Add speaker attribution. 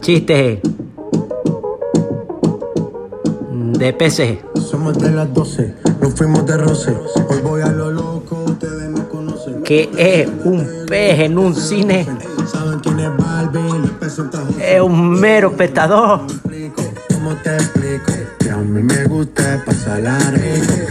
Speaker 1: chiste de peces.
Speaker 2: Somos de las 12, nos fuimos de roce. Hoy voy a lo loco, ustedes me conocen.
Speaker 1: ¿Qué es un pez en un cine?
Speaker 2: Saben quién es Balvin, le presento a José.
Speaker 1: Es un mero espectador.
Speaker 2: ¿Cómo te explico? Que a mí me gusta pasar la rico.